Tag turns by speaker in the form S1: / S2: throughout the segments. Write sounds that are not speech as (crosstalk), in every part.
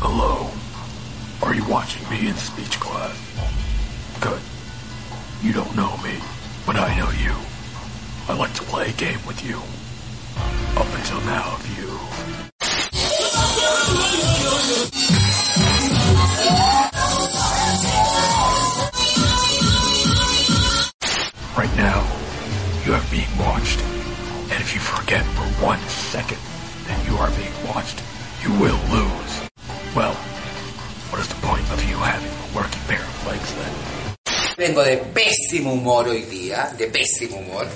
S1: Hello. Are you watching me in speech class? Good. You don't know me, but I know you. I like to play a game with you. Up until now, if you. Right now, you are being watched. And if you forget for one second that you are being watched, you will lose. Well, what is the point of you having a working pair of legs then?
S2: Vengo de pésimo humor hoy día, de pésimo humor.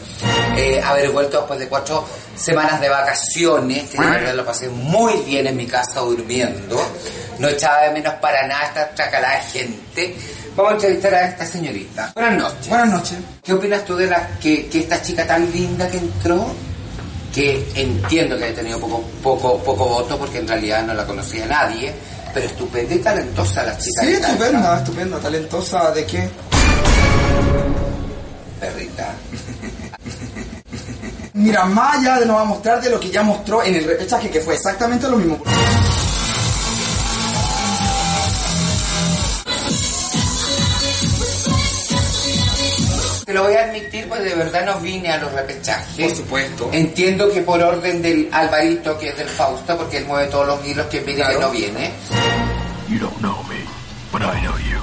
S2: Eh, haber vuelto después de cuatro semanas de vacaciones, que de verdad lo pasé muy bien en mi casa durmiendo. No echaba de menos para nada esta chacalada de gente. Vamos a entrevistar a esta señorita. Buenas noches. Buenas noches. ¿Qué opinas tú de la, que, que esta chica tan linda que entró, que entiendo que ha tenido poco, poco, poco voto porque en realidad no la conocía nadie, pero estupenda y talentosa la chica?
S3: Sí,
S2: que canta?
S3: estupenda, estupenda, talentosa, ¿de qué?
S2: Perrita.
S3: Mira, más allá de nos va a mostrar de lo que ya mostró en el repechaje, que fue exactamente lo mismo.
S2: Te lo voy a admitir, pues de verdad no vine a los repechajes.
S3: Por supuesto.
S2: Entiendo que por orden del Alvarito, que es del Fausto, porque él mueve todos los hilos que pide que
S3: Claro.
S2: no viene.
S1: You don't know me, but I know you.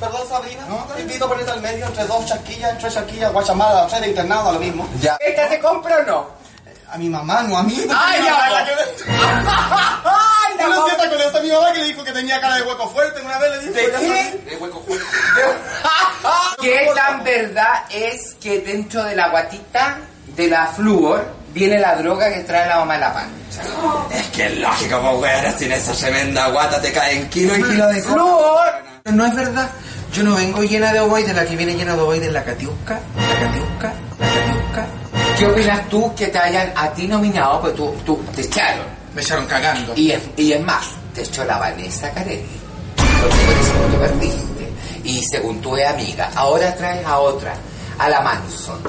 S4: Perdón, Sabrina,
S3: No, está
S4: te
S3: bien.
S4: invito a ponerte al medio entre dos chasquillas, tres chasquillas, guachamada, tres de internado, lo mismo.
S2: Ya. ¿Esta te compra o no?
S3: A mi mamá, no a mí.
S2: (laughs) ¡Ay,
S4: Yo
S2: ya!
S4: la que-
S2: ¡Ay,
S4: Yo
S2: la
S4: lo
S2: mamá!
S4: siento con esta mi mamá que le dijo que tenía cara de hueco fuerte, una vez le dijo...
S2: ¿De
S4: ya
S2: qué?
S4: sabía.
S2: De hueco ¿Qué tan verdad es que dentro de la guatita de la flúor viene la droga que trae la mamá de la pancha?
S5: Es que es lógico, pues weón, sin esa tremenda guata te caen kilo y kilo de coca.
S2: ¡Flúor!
S3: No es verdad. Yo no vengo llena de ovoides, la que viene llena de ovoides es la catiusca, la catiusca, la catiusca.
S2: ¿Qué opinas tú que te hayan a ti nominado? Pues tú, tú te echaron.
S3: Me echaron cagando.
S2: Y es, y es más, te echó la Vanessa Carelli. Porque por eso no te perdiste. Y según tú es amiga, ahora traes a otra, a la Manson.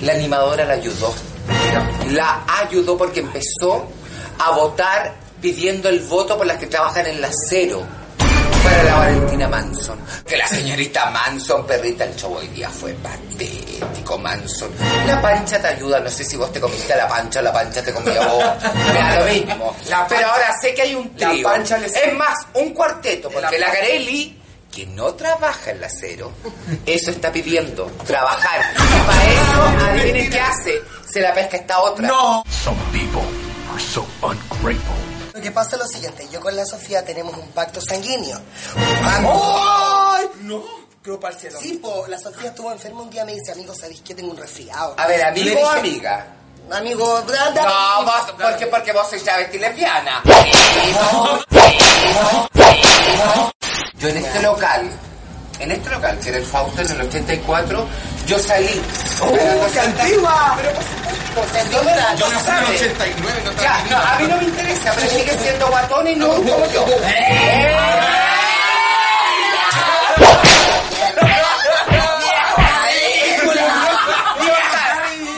S2: La animadora la ayudó. La ayudó porque empezó a votar pidiendo el voto por las que trabajan en la cero. Para la Valentina Manson. Que la señorita Manson, perrita, el show hoy día fue patético, Manson. La pancha te ayuda, no sé si vos te comiste a la pancha o la pancha te comió a
S5: (laughs)
S2: vos. Me da lo mismo. Pero ahora sé que hay un
S5: la
S2: trío.
S5: Pancha le-
S2: Es más, un cuarteto, porque la Garelli, que no trabaja en la cero, eso está pidiendo, trabajar. Y para eso, adivinen qué hace. Se la pesca esta otra.
S4: No.
S1: Some people are so ungrateful.
S6: Lo que pasa es lo siguiente, yo con la Sofía tenemos un pacto sanguíneo. Un pacto.
S4: ¡Ay! No.
S6: Grupo al cielo. Sí, po, la Sofía estuvo enferma un día y me dice, amigo, ¿sabéis que tengo un resfriado?
S2: A ver,
S6: Y le
S2: amigo o
S6: dije,
S2: amiga.
S6: Amigo, da- da-
S2: No, vos, porque, porque vos sois ya vestir lesbiana. Yo en este local, en este local, que era el Fausto en el 84, yo salí. ¡Uh, qué antigua! Pero por supuesto, yo me la-
S4: Yo nací en el
S2: ¿sabes?
S4: 89, no estaba
S2: Ya, no, a mí no me interesa, pero sigue siendo guatón y no como yo.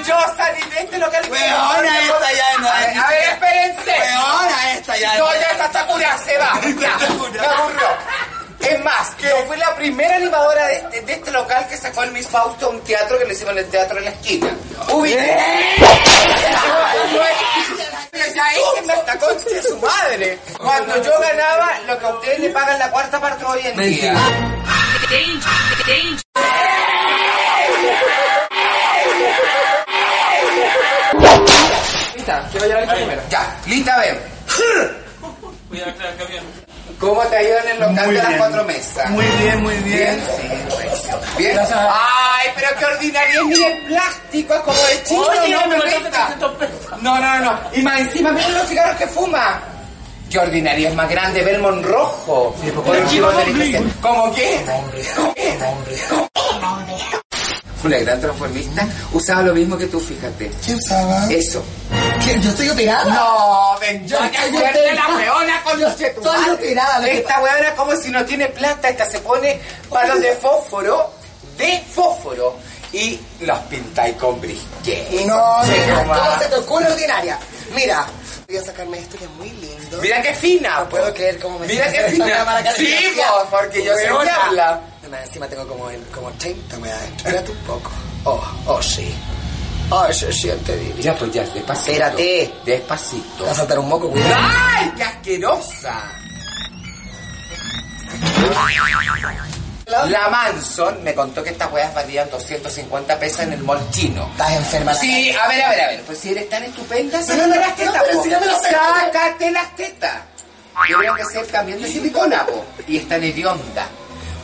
S2: Yo salí de este local y-
S5: Weona, esta ya no
S2: A ver, a ver, espérense.
S5: Weona, esta ya
S2: No, ya está, está curada, se va. Ya, me aburrió. Es más, yo fui la primera animadora de, de- de este local que sacó el Miss Fausto a un teatro que le hicimos en el teatro de la esquina. Ubique. Ya me esta concha de su madre. Cuando yo ganaba, lo que a ustedes le pagan la cuarta parte hoy en día. Lita, que vaya la primero. Ya, Lita, ven. ¿Cómo te ha ido en el local de las cuatro mesas?
S3: Muy bien, muy bien.
S2: Sí, Bien.
S4: Gracias.
S2: Ay, pero qué ordinaria es ni de plástico, es como de chino,
S4: Oye, me
S2: no me
S4: mataste 300
S2: resta.
S4: pesos.
S2: No, no, no. Y más encima, miren los cigarros que fuma. Qué ordinaria es más grande, Belmont rojo. Pero chico, tenés que ser- ¿Cómo qué? ¿Cómo qué? Una gran transformista usaba lo mismo que tú, fíjate.
S6: ¿Qué usaba?
S2: Eso.
S6: ¿Qué? ¿Yo estoy operada?
S2: No, ven, yo
S6: Yo
S2: que
S6: estoy
S2: suerte la
S6: operada.
S2: weona con
S6: Yo
S2: los
S6: estoy operada, lo que
S2: Esta weona como si no tiene plata, esta se pone palos de fósforo, de fósforo, y los pintáis con brisquet.
S6: No,
S2: Che,
S6: mira,
S2: nomás.
S6: ¿cómo se te ocurre ordinaria? Mira, voy a sacarme esto que es muy lindo.
S2: Mira qué fina.
S6: No puedo creer cómo me
S2: Mira
S6: saqué
S2: qué
S6: esta
S2: fina.
S6: cámara que
S2: Sí,
S6: hacía.
S2: po, porque yo sé
S6: Weona.
S2: habla.
S6: Además, encima tengo como, el- como 30 me da dentro. Espérate un poco. Oh, oh, sí. Oh, se siente divino.
S2: Ya, pues ya, despacito.
S6: Espérate.
S2: Despacito.
S6: Te vas a saltar un moco, cuidado.
S2: ¡Ay, qué asquerosa! La Manson me contó que estas weas valían 250 pesos en el mall chino.
S6: Estás enferma. la
S2: Sí, a ver, a ver, a ver. Pues si eres tan estupenda,
S6: no,
S2: sácate
S6: no,
S2: las tetas,
S6: pero
S2: po.
S6: si ya me las saqué.
S2: Sácate las tetas. Yo creo que ser también de silicona, po. Y es tan hedionda.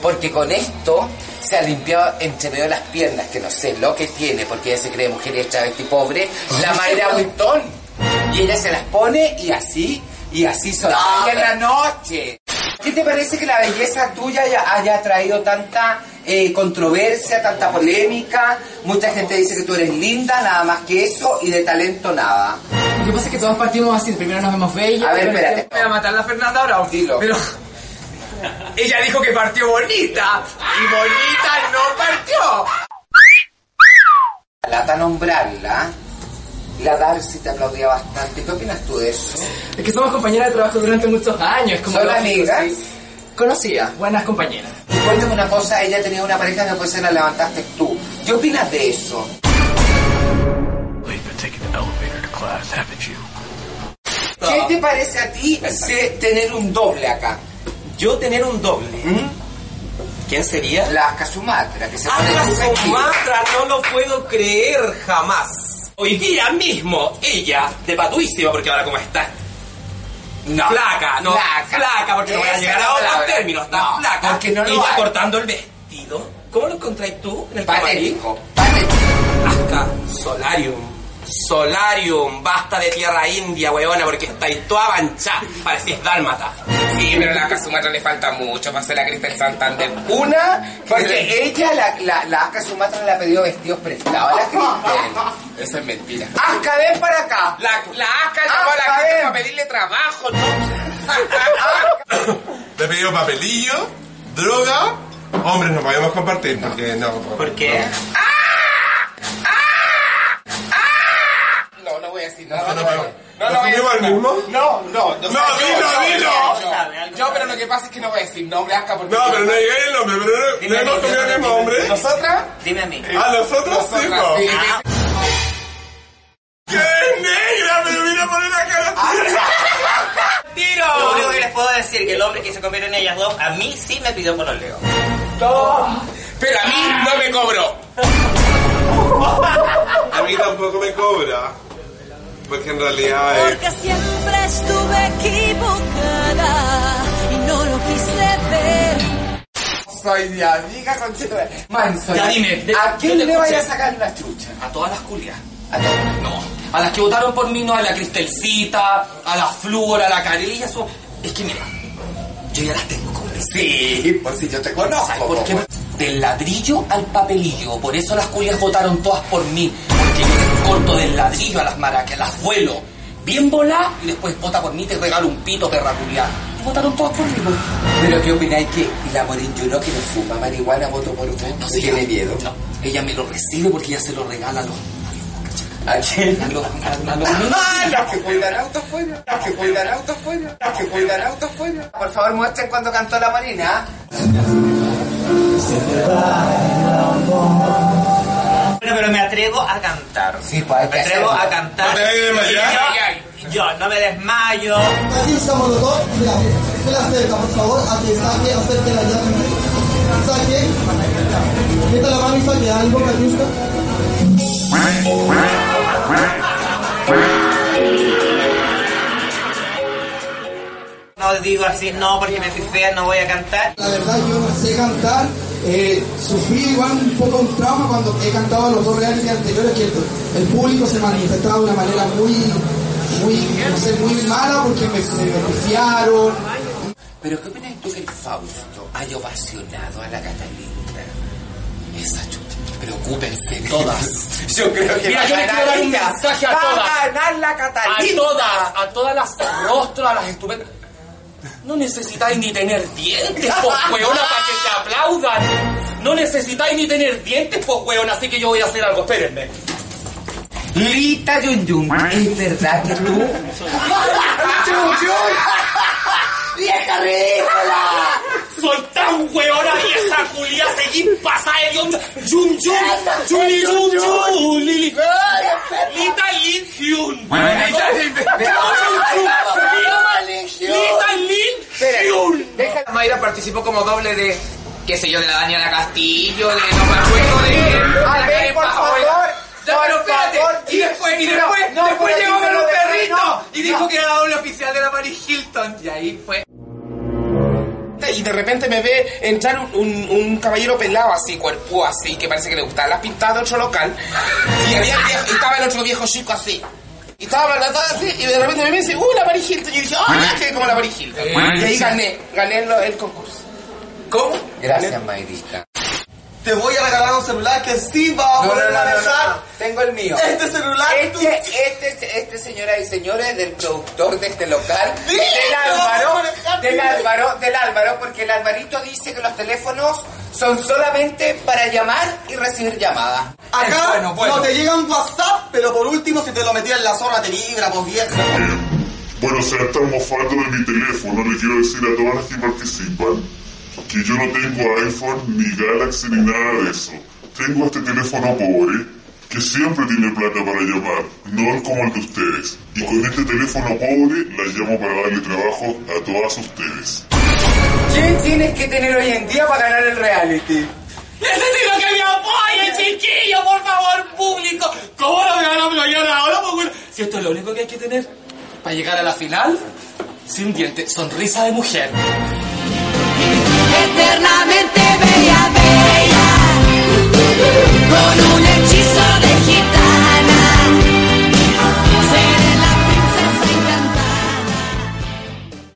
S2: Porque con esto se ha limpiado entre medio las piernas, que no sé lo que tiene, porque ella se cree mujer y es travesti pobre, la Mayra Buitón. Y ella se las pone y así, y así son en la noche. ¿Qué te parece que la belleza tuya haya, haya traído tanta eh, controversia, tanta polémica? Mucha gente dice que tú eres linda, nada más que eso, y de talento nada.
S7: Lo que pasa es que todos partimos así, primero nos vemos bellos.
S2: A ver,
S7: pero
S2: espérate.
S7: Me va a matar la Fernanda ahora.
S2: Dilo.
S7: Pero (laughs) ella dijo que partió bonita y bonita no partió.
S2: Lata nombrarla. La Darcy te aplaudía bastante. ¿Qué opinas tú de eso?
S7: Es que somos compañeras de trabajo durante muchos años. Como
S2: ¿Son
S7: lógico,
S2: amigas?
S7: sí. Conocidas, buenas compañeras.
S2: Y cuéntame una cosa, ella tenía una pareja que después se la levantaste tú. ¿Qué opinas de eso?
S1: You've been taking the elevator to class, haven't you?
S2: ¿Qué te parece a ti se- tener un doble acá? ¿Mm?
S5: Yo tener un doble. ¿Quién sería? Ah,
S2: La Casumatra, que se pone
S5: ¡Habla
S2: muy
S5: su
S2: tranquila.
S5: matra! No lo puedo creer jamás. Hoy día mismo, ella, de patuísima, porque ahora como está.
S2: No.
S5: Flaca, no. Flaca, porque no voy a
S2: Esa
S5: llegar
S2: es la
S5: a otros
S2: palabra.
S5: términos. Está
S2: No,
S5: flaca.
S2: Porque no lo
S5: ella
S2: hay.
S5: cortando el vestido. ¿Cómo lo encontráis tú en el camarín?
S2: Patético, patético.
S5: Hasta Solarium. Solarium, basta de tierra india, weona, porque estáis toda manchada. Parecís dálmata.
S2: Sí, pero a la Casumatra le falta mucho para ser la Cristel Santander. Una, porque ella, la, la, la Aska Sumatra, le ha pedido vestidos prestados a la Cristel. Eso es mentira. Aska, ven para acá.
S5: La, la asca
S2: llamó a la gente para
S5: pedirle trabajo,
S8: Le pidió papelillo, droga. Hombres, no podemos compartir porque no.
S5: ¿Por qué?
S2: No, no voy a decir
S8: No,
S2: nada.
S8: no, no.
S2: No,
S8: ¿Nos
S2: no voy a decir
S8: comimos
S2: nada.
S8: alguno?
S2: No, no. No,
S8: dilo,
S2: dilo. Yo, pero lo que pasa es que no voy a decir nombre, Aska, porque...
S8: No, pero no llegué el nombre, pero no- no, hemos comido el mismo hombre.
S2: ¿Nosotras?
S5: Dime a mí.
S8: A nosotros sí,
S2: Nosotras,
S8: po.
S2: sí.
S8: ¡Qué negra! ¡Me vino a poner la cara!
S5: ¡Tiro!
S9: Lo único que les puedo decir que el hombre que se convirtió en ellas dos, a mí sí me pidió por los leos.
S5: Pero a mí no me cobró.
S8: A mí tampoco me cobra. Porque en realidad es.
S10: Porque siempre estuve equivocada y no lo quise ver.
S2: Soy diabólica con Manso.
S5: Ya dime, de-
S2: ¿A
S5: yo
S2: quién
S5: te
S2: le vaya a
S5: escuché.
S2: sacar la chucha?
S5: A todas las culias.
S2: ¿A quién?
S5: No. A las que votaron por mí, no a la Cristelcita, a la Flor, a la Carilla. eso- Es que mira, yo ya las tengo convencidas.
S2: Sí, por si yo te
S5: ¿Sabes
S2: conozco.
S5: por qué? Del ladrillo al papelillo. Por eso las culias votaron todas por mí. Porque yo les corto del ladrillo a las maracas, las vuelo. Bien volá y después vota por mí, te regalo un pito, perra culiá. Y votaron todas por mí. pues.
S2: Pero qué opináis que la Morín Yuró que no fuma marihuana votó por usted.
S5: No
S2: No
S5: sé,
S2: tiene
S5: ella-
S2: miedo.
S5: No, ella me lo recibe porque ella se lo regala a los...
S2: ¿A quién?
S5: A los, a- a los
S2: (laughs)
S5: niños.
S2: Ah, Las que cuidan autos fuera, las que cuidan autos fuera, las que cuidan autos fuera. Por favor, muestren cuando cantó la Marina.
S9: Bueno, pero me atrevo a cantar.
S2: Sí, pues, hay que
S9: Me atrevo
S2: hacerlo.
S9: a cantar.
S8: ¿No te vayas a desmayar?
S9: Y Yo, yo no me desmayo.
S11: Aquí está Molotov, mira, se la acerca, por favor, a que saque, acerque la llave. Saque, meta la mano y saque algo, Katiuska.
S9: No digo así, no, porque me estoy fea, no voy a cantar.
S11: La verdad, yo no sé cantar, Eh, sufrí igual un poco un trauma cuando he cantado los dos reality anteriores que el, el público se manifestaba de una manera muy, muy, no sé, muy mala porque me, me beneficiaron.
S2: Pero ¿qué opinas tú que el Fausto haya ovacionado a la Catalina? Esa chuta. Preocúpense todas. (laughs) Yo creo que
S5: Mira,
S2: va
S5: yo
S2: a
S5: le quiero
S2: ganar
S5: dar un
S2: ella.
S5: mensaje a
S2: Va
S5: todas.
S2: a ganar la Catalina.
S5: A todas, a todas las rostros, a las estupendas. No necesitáis ni tener dientes, pues weona, para que te aplaudan. No necesitáis ni tener dientes, pues weona, así que yo voy a hacer algo, espérenme.
S2: Lita Yun Yun, ¿es verdad que tú?
S5: ¡Chun,
S2: ¡Vieja ridícula! (laughs)
S5: Soy tan weona vieja culia, seguí pasada de yun yun yun, chuli yun yun, lili. Lita Lin Hyun.
S7: Lita Lin-
S5: Lita Lin Hyun.
S7: Deja-
S9: (laughs)
S7: Mayra participó como doble de, qué sé yo, de la Daniela Castillo, de no me acuerdo de...
S4: A ver, por favor,
S7: Ya,
S4: por
S7: pero espérate,
S4: favor,
S7: y después, y después,
S4: no,
S7: después
S4: pero
S7: llegó con
S4: dímelo
S7: un
S4: después,
S7: perrito
S4: no,
S7: y dijo
S4: no.
S7: que era la doble oficial de la Paris Hilton. Y ahí fue...
S9: Y de repente me ve entrar un, un- un caballero pelado así, cuerpo así, que parece que le gustaban las pintadas de otro local. Y, había el viejo- y estaba el otro viejo chico así. Y estaba hablando así, y de repente me dice, ¡Uy, la Paris Hilton! Y yo dije, ¡Oh, ya que como la Paris Hilton! Y ahí gané, gané lo- el concurso.
S2: Eh. ¿Cómo? Gracias, Mayrita.
S4: Te voy a regalar un celular que sí va a
S2: No, no,
S4: poder
S2: no, no,
S4: manejar.
S2: no, no. Tengo el mío.
S4: Este celular,
S2: Este, este, este, señoras y señores, del productor de este local.
S4: Sí,
S2: del
S4: no,
S2: Álvaro.
S4: no, no, no, no.
S2: Del Álvaro, del Álvaro, porque el Alvarito dice que los teléfonos son solamente para llamar y recibir llamadas.
S4: Acá
S2: Bueno, bueno.
S4: no te llega un WhatsApp, pero por último, si te lo metías en la zorra, te libra, pues vieja.
S12: Bueno, se están mofando de mi teléfono. Le quiero decir a todas las que participan que yo no tengo iPhone, ni Galaxy, ni nada de eso. Tengo este teléfono pobre que siempre tiene plata para llamar, no como el de ustedes. Y con este teléfono pobre las llamo para darle trabajo a todas ustedes.
S2: ¿Qué tienes que tener hoy en día para ganar el reality?
S5: Necesito que me apoyen, chiquillo, por favor, público. ¿Cómo no me van a apoyar ahora, pues, bueno? Si esto es lo único que hay que tener para llegar a la final, sin diente, sonrisa de mujer.
S10: Eternamente bella, bella.